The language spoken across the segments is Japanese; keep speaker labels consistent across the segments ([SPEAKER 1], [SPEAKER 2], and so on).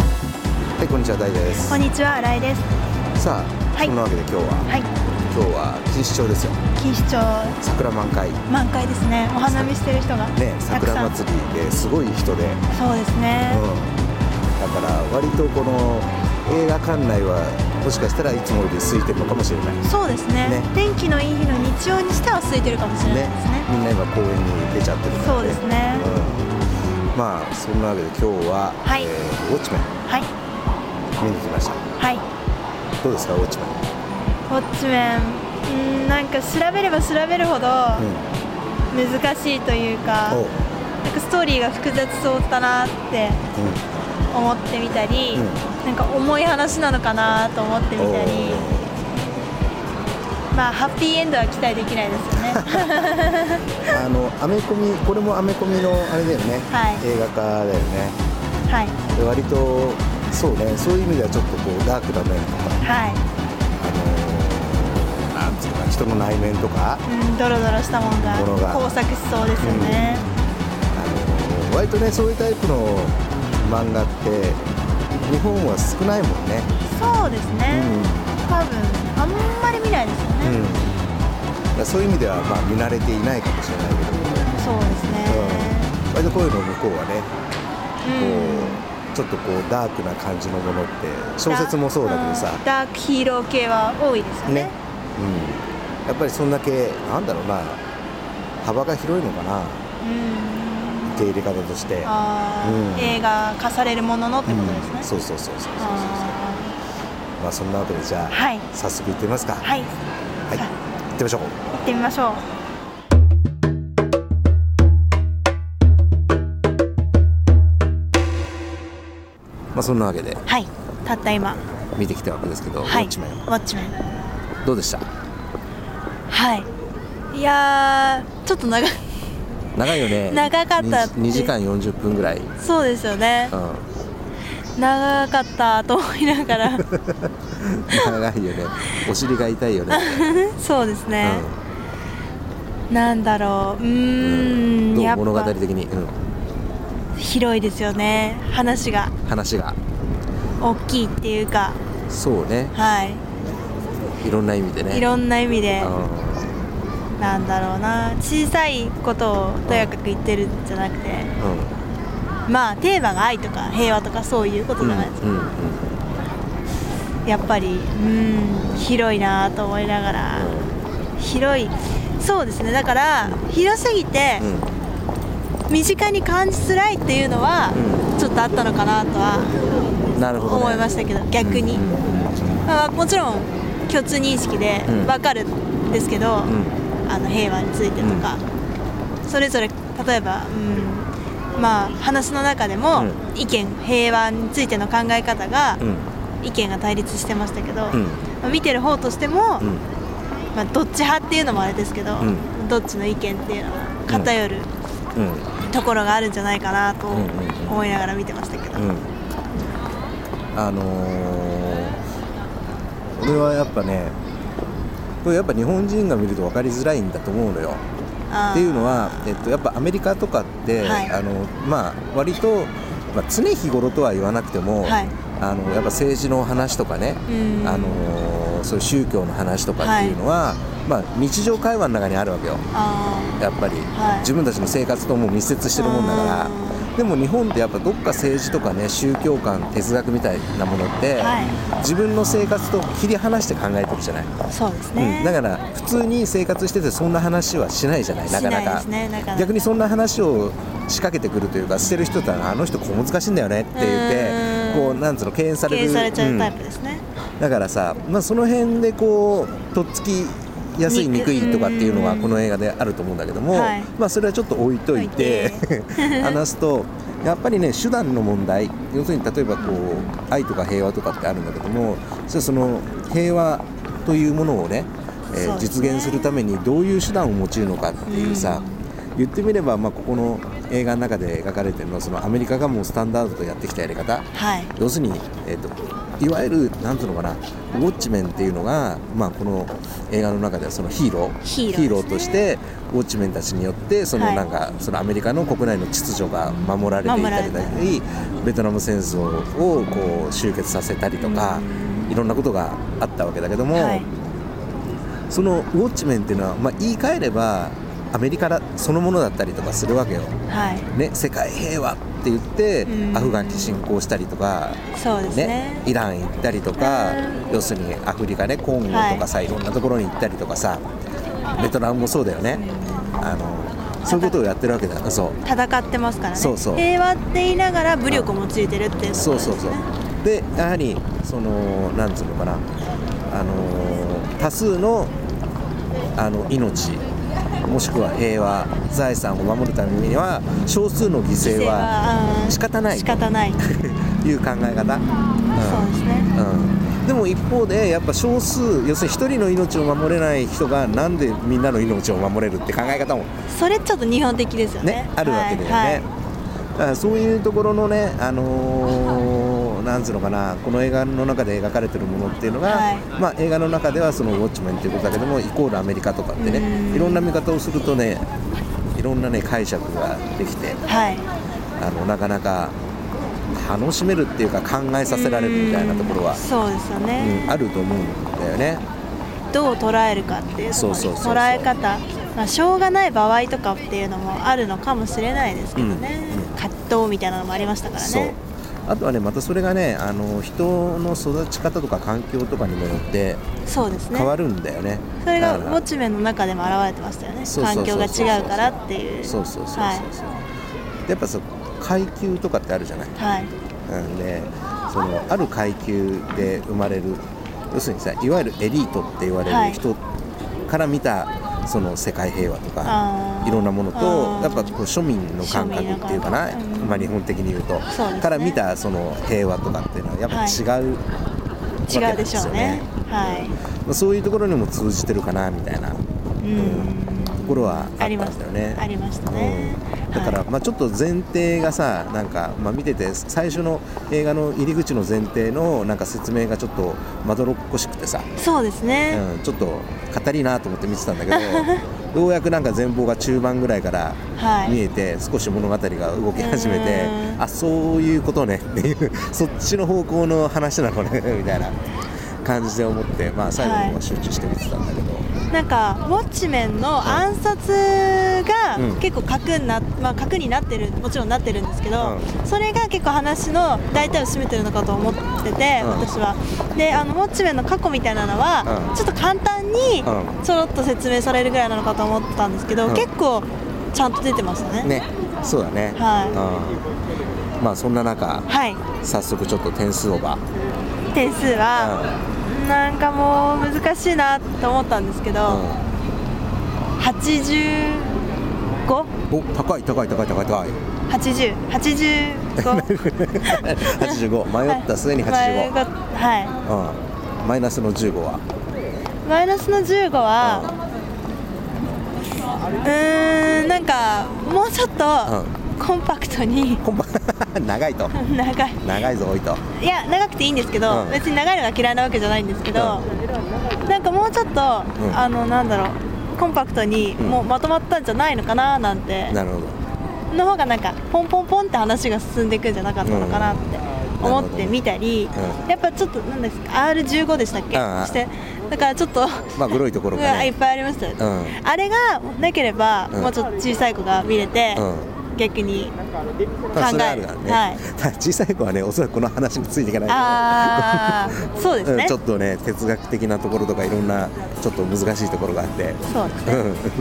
[SPEAKER 1] はい、こんにちは、大イです。
[SPEAKER 2] こんにちは、新井です。
[SPEAKER 1] さあ、
[SPEAKER 2] はい
[SPEAKER 1] そんなわけで今日は、
[SPEAKER 2] はい、
[SPEAKER 1] 今日は錦糸町ですよ。
[SPEAKER 2] 錦糸町
[SPEAKER 1] 桜満開。
[SPEAKER 2] 満開ですね。お花見してる人が
[SPEAKER 1] ね、
[SPEAKER 2] たく
[SPEAKER 1] 桜
[SPEAKER 2] さん。
[SPEAKER 1] 祭りですごい人で、うん、
[SPEAKER 2] そうですね。
[SPEAKER 1] だから割とこの映画館内はもしかしたらいつもより空いてるのかもしれない。
[SPEAKER 2] そうですね
[SPEAKER 1] ね
[SPEAKER 2] 天気のいい日の日曜にしては空いてるかもしれないですね。
[SPEAKER 1] みんな今公園に出ちゃってるから
[SPEAKER 2] そうですね
[SPEAKER 1] うんまあそんなわけで今日は、
[SPEAKER 2] はい
[SPEAKER 1] えーウォッチメン
[SPEAKER 2] はい、
[SPEAKER 1] 見に来ました
[SPEAKER 2] はい。
[SPEAKER 1] どうですかウォッチメン、
[SPEAKER 2] ウォッチメン、うーん、なんか調べれば調べるほど
[SPEAKER 1] うん
[SPEAKER 2] 難しいというか、
[SPEAKER 1] おう
[SPEAKER 2] なんかストーリーが複雑そうだなって思ってみたり、
[SPEAKER 1] うん
[SPEAKER 2] なんか重い話なのかなと思って
[SPEAKER 1] うん
[SPEAKER 2] みたり、
[SPEAKER 1] おう
[SPEAKER 2] まあハッピーエンドは期待できないですよね。
[SPEAKER 1] あのアメコミこれもアメコミのあれだよね、
[SPEAKER 2] はい
[SPEAKER 1] 映画化だよね
[SPEAKER 2] はい、
[SPEAKER 1] で割とそうねそういう意味ではちょっとこうダークな面とか
[SPEAKER 2] はい。
[SPEAKER 1] あのーなんつうか人の内面とか、
[SPEAKER 2] うん、ドロドロしたもの
[SPEAKER 1] ものが
[SPEAKER 2] が交錯しそうですよね、
[SPEAKER 1] あのー割とねそういうタイプの漫画って日本は少ないもんね
[SPEAKER 2] そうですね、
[SPEAKER 1] うん
[SPEAKER 2] 多分あんまり見ないですよ
[SPEAKER 1] う
[SPEAKER 2] ね、
[SPEAKER 1] んだからそういう意味ではまあ見慣れていないかもしれないけども、
[SPEAKER 2] そうですね
[SPEAKER 1] うん、割とこういうの向こうはね、
[SPEAKER 2] うん
[SPEAKER 1] こうちょっとこうダークな感じのものって小説もそうだけどさ、
[SPEAKER 2] んダークヒーロー系は多いですよね
[SPEAKER 1] ね、うん、やっぱりそんだけなんだろうな幅が広いのかな
[SPEAKER 2] うん
[SPEAKER 1] 受け入れ方として、
[SPEAKER 2] あ
[SPEAKER 1] う
[SPEAKER 2] ー
[SPEAKER 1] ん
[SPEAKER 2] 映画化されるもののってことです
[SPEAKER 1] うんそ
[SPEAKER 2] ね、
[SPEAKER 1] うそうそうそうそうそう
[SPEAKER 2] あ
[SPEAKER 1] まあそんなわけでじゃあ、
[SPEAKER 2] はい
[SPEAKER 1] 早速行ってみますか
[SPEAKER 2] ーは
[SPEAKER 1] はい、
[SPEAKER 2] いはい
[SPEAKER 1] 行ってみましょう
[SPEAKER 2] 行ってみましょう
[SPEAKER 1] まあそんなわけで
[SPEAKER 2] はいたった今
[SPEAKER 1] 見てきたわけですけど、
[SPEAKER 2] はい
[SPEAKER 1] ウォッチ
[SPEAKER 2] ウ
[SPEAKER 1] メン
[SPEAKER 2] ォッチメン
[SPEAKER 1] どうでした
[SPEAKER 2] はいいやーちょっと長い
[SPEAKER 1] 長いよね
[SPEAKER 2] 長かったって
[SPEAKER 1] 2, 時間40分ぐらい、うん、
[SPEAKER 2] そうですよね長かったと思いながら
[SPEAKER 1] 長いよねお尻が痛いよね、
[SPEAKER 2] そうです
[SPEAKER 1] う
[SPEAKER 2] ね、
[SPEAKER 1] ん
[SPEAKER 2] なんだろううーん
[SPEAKER 1] どう
[SPEAKER 2] やっ
[SPEAKER 1] 物語
[SPEAKER 2] ぱ
[SPEAKER 1] 的に、うん、
[SPEAKER 2] 広いですよね話が
[SPEAKER 1] 話が
[SPEAKER 2] 大きいっていうか
[SPEAKER 1] そうね
[SPEAKER 2] はい
[SPEAKER 1] ろんな意味でね
[SPEAKER 2] いいろんな意味で
[SPEAKER 1] うん
[SPEAKER 2] なんだろうな小さいことをとやかく言ってるんじゃなくて
[SPEAKER 1] う
[SPEAKER 2] まあテーマが愛とか平和とかそういうこと
[SPEAKER 1] ん
[SPEAKER 2] じゃないですか、
[SPEAKER 1] うんうん
[SPEAKER 2] やっぱりうーん広いなと思いながら広いそうですねだから広すぎて
[SPEAKER 1] うん
[SPEAKER 2] 身近に感じづらいっていうのはちょっとあったのかなとは
[SPEAKER 1] うんなるほど、ね、
[SPEAKER 2] 思いましたけど逆に。
[SPEAKER 1] うん
[SPEAKER 2] まあ、もちろん共通認識で
[SPEAKER 1] うん
[SPEAKER 2] 分かるんですけど、
[SPEAKER 1] うん
[SPEAKER 2] あの平和についてとか、それぞれ例えば、うんまあ、話の中でも
[SPEAKER 1] う
[SPEAKER 2] 意見平和についての考え方が
[SPEAKER 1] うん
[SPEAKER 2] 意見が対立してましたけど、
[SPEAKER 1] うん
[SPEAKER 2] まあ見てる方としても、
[SPEAKER 1] うん
[SPEAKER 2] まあ、どっち派っていうのもあれですけど、
[SPEAKER 1] う
[SPEAKER 2] どっちの意見っていうのは偏る
[SPEAKER 1] うん
[SPEAKER 2] ところがあるんじゃないかなと
[SPEAKER 1] うんうんうん
[SPEAKER 2] 思いながら見てましたけど、
[SPEAKER 1] うんあのー、俺はやっぱねこれやっぱ日本人が見ると分かりづらいんだと思うのよ
[SPEAKER 2] あー
[SPEAKER 1] っていうのは、えっと、やっぱアメリカとかって、
[SPEAKER 2] はい
[SPEAKER 1] あのまあ、割と、まあ、常日頃とは言わなくても、
[SPEAKER 2] はい
[SPEAKER 1] あのやっぱ政治の話とかね、
[SPEAKER 2] うん
[SPEAKER 1] あのそういう宗教の話とかっていうのは、まあ、日常会話の中にあるわけよ
[SPEAKER 2] あ
[SPEAKER 1] やっぱり、
[SPEAKER 2] はい
[SPEAKER 1] 自分たちの生活とも密接してるもんだから
[SPEAKER 2] う
[SPEAKER 1] でも日本ってやっぱどっか政治とかね宗教観哲学みたいなものって、
[SPEAKER 2] は
[SPEAKER 1] 自分の生活と切り離して考えてるじゃない。
[SPEAKER 2] ーそうですね、
[SPEAKER 1] うん、だから普通に生活しててそんな話はしないじゃないなかな
[SPEAKER 2] しないで
[SPEAKER 1] か
[SPEAKER 2] すねなかなか
[SPEAKER 1] 逆にそんな話を仕掛けてくるというかしてる人ってあの人小難しいんだよねって言って
[SPEAKER 2] うん
[SPEAKER 1] こうなんつうの敬遠さ
[SPEAKER 2] 敬
[SPEAKER 1] れ
[SPEAKER 2] 遠
[SPEAKER 1] る
[SPEAKER 2] されちゃうタイ
[SPEAKER 1] う
[SPEAKER 2] プですね、
[SPEAKER 1] んだからさ、まあ、その辺でこうとっつきやすいに
[SPEAKER 2] に
[SPEAKER 1] く
[SPEAKER 2] く
[SPEAKER 1] いとかっていうのは
[SPEAKER 2] うん
[SPEAKER 1] この映画であると思うんだけども、
[SPEAKER 2] はい
[SPEAKER 1] まあ、それはちょっと置いといて
[SPEAKER 2] 置
[SPEAKER 1] 話すとやっぱりね手段の問題要するに例えばこう愛とか平和とかってあるんだけどもそれはその平和というものをねえー
[SPEAKER 2] そうです
[SPEAKER 1] 実
[SPEAKER 2] ね
[SPEAKER 1] 現するためにどういう手段を用いるのかっていうさ、言ってみれば、まあ、ここの映画の中で描かれてるのはそのアメリカがもうスタンダードとやってきたやり方
[SPEAKER 2] はい
[SPEAKER 1] 要するに、えー、といわゆるなんていうのかなウォッチメンっていうのが、まあ、この映画の中ではそのヒーロー
[SPEAKER 2] ヒーローで
[SPEAKER 1] と
[SPEAKER 2] すね
[SPEAKER 1] してウォッチメンたちによってその
[SPEAKER 2] はい
[SPEAKER 1] なんか、そのアメリカの国内の秩序が守られていたりだったりベトナム戦争をこう終結させたりとかいろんなことがあったわけだけども、
[SPEAKER 2] はい
[SPEAKER 1] そのウォッチメンっていうのは、まあ、言い換えればアメリカだそのものだったりとかするわけよ。
[SPEAKER 2] はい
[SPEAKER 1] ね、世界平和って言って
[SPEAKER 2] うん
[SPEAKER 1] アフガンに侵攻したりとか、
[SPEAKER 2] そうですね
[SPEAKER 1] ね、イラン行ったりとか
[SPEAKER 2] う
[SPEAKER 1] 要するにアフリカねコンゴとかさ、い、ろんなところに行ったりとかさベトナムもそうだよねあのそういうことをやってるわけだからそう
[SPEAKER 2] 戦ってますからね
[SPEAKER 1] そうそう
[SPEAKER 2] 平和って言いながら武力もついてるっていうことです、
[SPEAKER 1] そ
[SPEAKER 2] ね、
[SPEAKER 1] うそうそうでやはりそのなんつうのかなあの多数のあの命もしくは平和財産を守るためには少数の犠牲
[SPEAKER 2] 犠牲
[SPEAKER 1] は
[SPEAKER 2] はうん
[SPEAKER 1] 仕方ない
[SPEAKER 2] 仕方ない、
[SPEAKER 1] と いう考え方、うん
[SPEAKER 2] そうですね
[SPEAKER 1] うんでも一方でやっぱ少数要するに一人の命を守れない人がなんでみんなの命を守れるって考え方も
[SPEAKER 2] それちょっと日本的ですよね
[SPEAKER 1] ねあるわけだよね、
[SPEAKER 2] はいはい
[SPEAKER 1] だからそういうところのねあのーなんつうのかなこの映画の中で描かれてるものっていうのが、
[SPEAKER 2] はい
[SPEAKER 1] まあ、映画の中ではそのウォッチメンっていうことだけどもイコールアメリカとかって
[SPEAKER 2] う
[SPEAKER 1] ね
[SPEAKER 2] ん
[SPEAKER 1] いろんな見方をするとねいろんなね解釈ができて
[SPEAKER 2] はい
[SPEAKER 1] あのなかなか楽しめるっていうか考えさせられるみたいなところは
[SPEAKER 2] うん、そうですよね、
[SPEAKER 1] うんあると思うんだよね。
[SPEAKER 2] どう捉えるかっていうとこ
[SPEAKER 1] そう
[SPEAKER 2] ろ
[SPEAKER 1] そうそうそう
[SPEAKER 2] 捉え方、まあ、しょうがない場合とかっていうのもあるのかもしれないですけどね、
[SPEAKER 1] うんうん
[SPEAKER 2] 葛藤みたいなのもありましたからね
[SPEAKER 1] そうあとはねまたそれがねあの人の育ち方とか環境とかにもよって
[SPEAKER 2] そうですね
[SPEAKER 1] 変わるんだよね
[SPEAKER 2] それが
[SPEAKER 1] だから
[SPEAKER 2] モチメの中でも現れてましたよね
[SPEAKER 1] そうそうそ
[SPEAKER 2] 環
[SPEAKER 1] うそ
[SPEAKER 2] 境
[SPEAKER 1] う
[SPEAKER 2] が違うからっていう
[SPEAKER 1] そうそうそうそうそう、
[SPEAKER 2] はい
[SPEAKER 1] やっぱそう階級とかってあるじゃない
[SPEAKER 2] はい
[SPEAKER 1] なんでそのある階級で生まれる要するにさいわゆるエリートって言われ
[SPEAKER 2] は
[SPEAKER 1] る
[SPEAKER 2] い
[SPEAKER 1] 人から見たその世界平和とか
[SPEAKER 2] あー
[SPEAKER 1] いろんなものと
[SPEAKER 2] あー
[SPEAKER 1] やっぱこう庶民の感覚っていうかな
[SPEAKER 2] 庶民の感覚うん
[SPEAKER 1] まあ、日本的に言うと
[SPEAKER 2] そうですね
[SPEAKER 1] から見たその平和とかっていうのはやっぱ違う、けな
[SPEAKER 2] 違
[SPEAKER 1] ん
[SPEAKER 2] う
[SPEAKER 1] で
[SPEAKER 2] ですし
[SPEAKER 1] よね
[SPEAKER 2] ょうねはい
[SPEAKER 1] まあそういうところにも通じてるかなみたいな
[SPEAKER 2] うん
[SPEAKER 1] ところはあったん
[SPEAKER 2] り
[SPEAKER 1] だよ
[SPEAKER 2] ました
[SPEAKER 1] ね。
[SPEAKER 2] ありましたね
[SPEAKER 1] うん、だから、
[SPEAKER 2] はい
[SPEAKER 1] まあ、ちょっと前提がさなんか、まあ、見てて最初の映画の入り口の前提のなんか説明がちょっとまどろっこしくてさ、
[SPEAKER 2] そうですね
[SPEAKER 1] うん、ちょっと語りなと思って見てたんだけ どようやくなんか前方が中盤ぐらいから
[SPEAKER 2] はい
[SPEAKER 1] 見えて、少し物語が動き始めて
[SPEAKER 2] うん
[SPEAKER 1] あそういうことねっていうそっちの方向の話なのね みたいな感じで思って、まあ、最後の方は集中して見てたんだけど。
[SPEAKER 2] なんかウォッチメンの暗殺が
[SPEAKER 1] うん
[SPEAKER 2] 結構核にな,、まあ、核になってるもちろんなってるんですけど、
[SPEAKER 1] う
[SPEAKER 2] それが結構話の大体を占めてるのかと思ってて、
[SPEAKER 1] うん
[SPEAKER 2] 私はであのウォッチメンの過去みたいなのは、
[SPEAKER 1] うん
[SPEAKER 2] ちょっと簡単に
[SPEAKER 1] うん
[SPEAKER 2] ちょろっと説明されるぐらいなのかと思ってたんですけど、
[SPEAKER 1] うん
[SPEAKER 2] 結構ちゃんと出てましたね
[SPEAKER 1] ね、そうだね、うんまあそんな中
[SPEAKER 2] はい
[SPEAKER 1] 早速ちょっと点数オーバ
[SPEAKER 2] 点数
[SPEAKER 1] ー、
[SPEAKER 2] は、なんかもう難しいなと思ったんですけど、
[SPEAKER 1] う
[SPEAKER 2] 85?80?
[SPEAKER 1] んお高い高い高い高い高い
[SPEAKER 2] 85
[SPEAKER 1] 85迷った末に85、
[SPEAKER 2] はいは
[SPEAKER 1] うん、マイナスの15はい
[SPEAKER 2] マイナスの15はうーんなんかもうちょっとコンパクトに
[SPEAKER 1] コンパ 長いと
[SPEAKER 2] 長い
[SPEAKER 1] 長いぞ多いと
[SPEAKER 2] いや長くていいんですけど、
[SPEAKER 1] うん
[SPEAKER 2] 別に長いのが嫌いなわけじゃないんですけど、なんかもうちょっと、あのなんだろうコンパクトに
[SPEAKER 1] うん
[SPEAKER 2] もうまとまったんじゃないのかななんて、
[SPEAKER 1] なるほど
[SPEAKER 2] の方がなんかポンポンポンって話が進んでいくんじゃなかったのかなって思ってみたり、やっぱちょっとなんですか R15 でしたっけ、
[SPEAKER 1] うんうん
[SPEAKER 2] してだからちょっと、
[SPEAKER 1] まあグロいところ
[SPEAKER 2] う
[SPEAKER 1] が
[SPEAKER 2] わい
[SPEAKER 1] ね
[SPEAKER 2] っぱいありましたよね、
[SPEAKER 1] う
[SPEAKER 2] あれがなければ、
[SPEAKER 1] うん
[SPEAKER 2] もうちょっと小さい子が見れて、
[SPEAKER 1] う
[SPEAKER 2] 逆に考
[SPEAKER 1] まあそれはあ
[SPEAKER 2] え
[SPEAKER 1] る
[SPEAKER 2] る、
[SPEAKER 1] からね、
[SPEAKER 2] はい
[SPEAKER 1] ただ小さい子はねおそらくこの話についていかないと思う
[SPEAKER 2] ああそうです
[SPEAKER 1] う
[SPEAKER 2] ね、
[SPEAKER 1] ん、ちょっとね哲学的なところとかいろんなちょっと難しいところがあって
[SPEAKER 2] そうですね、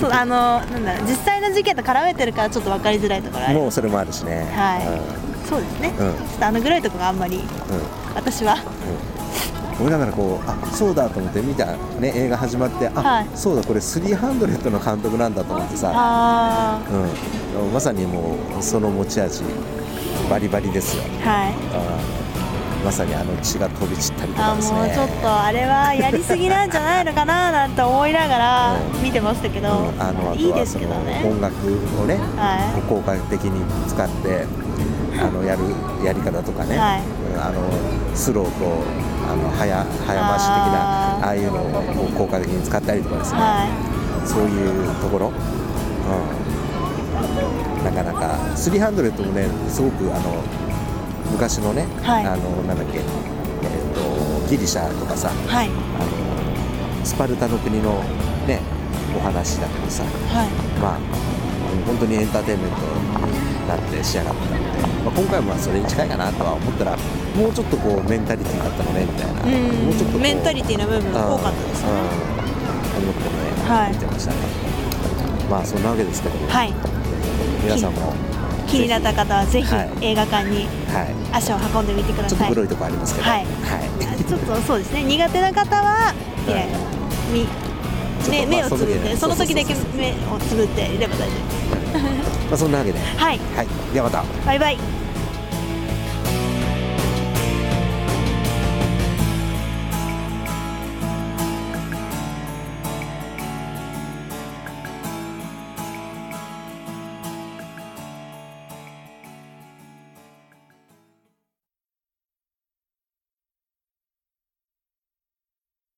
[SPEAKER 2] そうあのなんだろう実際の事件と絡めてるからちょっと分かりづらいところある
[SPEAKER 1] もうそれもあるしね
[SPEAKER 2] はい、そうですね、
[SPEAKER 1] うん
[SPEAKER 2] ちょっとあのぐらいとこがあんまり
[SPEAKER 1] うんうん
[SPEAKER 2] 私は
[SPEAKER 1] 俺だからこうあそうだと思って見た、ね、映画始まってあ、
[SPEAKER 2] はい
[SPEAKER 1] そうだこれ300の監督なんだと思ってさ、
[SPEAKER 2] あ
[SPEAKER 1] うん、まさにもうその持ち味バリバリですよ
[SPEAKER 2] あはい
[SPEAKER 1] あーまさにあの血が飛び散ったりと
[SPEAKER 2] あ
[SPEAKER 1] かですね
[SPEAKER 2] もうちょっとあれはやりすぎなんじゃないのかななんて思いながら
[SPEAKER 1] うん
[SPEAKER 2] 見てましたけど、
[SPEAKER 1] うんあのあ
[SPEAKER 2] いい
[SPEAKER 1] と
[SPEAKER 2] で
[SPEAKER 1] はそ
[SPEAKER 2] すけ
[SPEAKER 1] の
[SPEAKER 2] どね
[SPEAKER 1] 音楽をね、
[SPEAKER 2] は
[SPEAKER 1] 効果的に使ってあのやるやり方とかね、
[SPEAKER 2] はい
[SPEAKER 1] うんあのスローこうあの早早回し的
[SPEAKER 2] あ
[SPEAKER 1] なあ
[SPEAKER 2] ー
[SPEAKER 1] あいうのをこう効果的に使ったりとかですね、
[SPEAKER 2] は
[SPEAKER 1] そういうところ、うん、なかなか300もねすごくあの昔のね、
[SPEAKER 2] はい
[SPEAKER 1] あのなんだっけ、えー、とギリシャとかさ
[SPEAKER 2] いはい
[SPEAKER 1] あのスパルタの国のねお話だけどさ
[SPEAKER 2] は
[SPEAKER 1] まあ本当にエンターテインメントになって仕上がったので、まあ、今回もまあそれに近いかなとは思ったらもうちょっとこうメンタリティーだったのねみたいな、
[SPEAKER 2] い
[SPEAKER 1] もうちょっとこう
[SPEAKER 2] うんメンタリティな部分が多かったですね
[SPEAKER 1] うんうん思ってね、
[SPEAKER 2] はい
[SPEAKER 1] 見てましたねまあそんなわけですけども、
[SPEAKER 2] はい
[SPEAKER 1] 皆さんも
[SPEAKER 2] 気になった方はぜひ
[SPEAKER 1] はい
[SPEAKER 2] 映画館に
[SPEAKER 1] は
[SPEAKER 2] 足を運んでみてくだ
[SPEAKER 1] いちょっと
[SPEAKER 2] さい
[SPEAKER 1] 黒いとこありますけど
[SPEAKER 2] はい
[SPEAKER 1] は
[SPEAKER 2] ちょっとそうですね苦手な方は、いやみ
[SPEAKER 1] ちょっ
[SPEAKER 2] 目
[SPEAKER 1] と
[SPEAKER 2] 目
[SPEAKER 1] まあ
[SPEAKER 2] をつぶって
[SPEAKER 1] そ
[SPEAKER 2] そ
[SPEAKER 1] の
[SPEAKER 2] の
[SPEAKER 1] 時
[SPEAKER 2] 時
[SPEAKER 1] だ
[SPEAKER 2] だ
[SPEAKER 1] け
[SPEAKER 2] け
[SPEAKER 1] そう
[SPEAKER 2] 目をつぶっていれば大丈夫です
[SPEAKER 1] いまあ、そんなわけで、
[SPEAKER 2] はい
[SPEAKER 1] はい、ではまた
[SPEAKER 2] バイバイ
[SPEAKER 1] バイ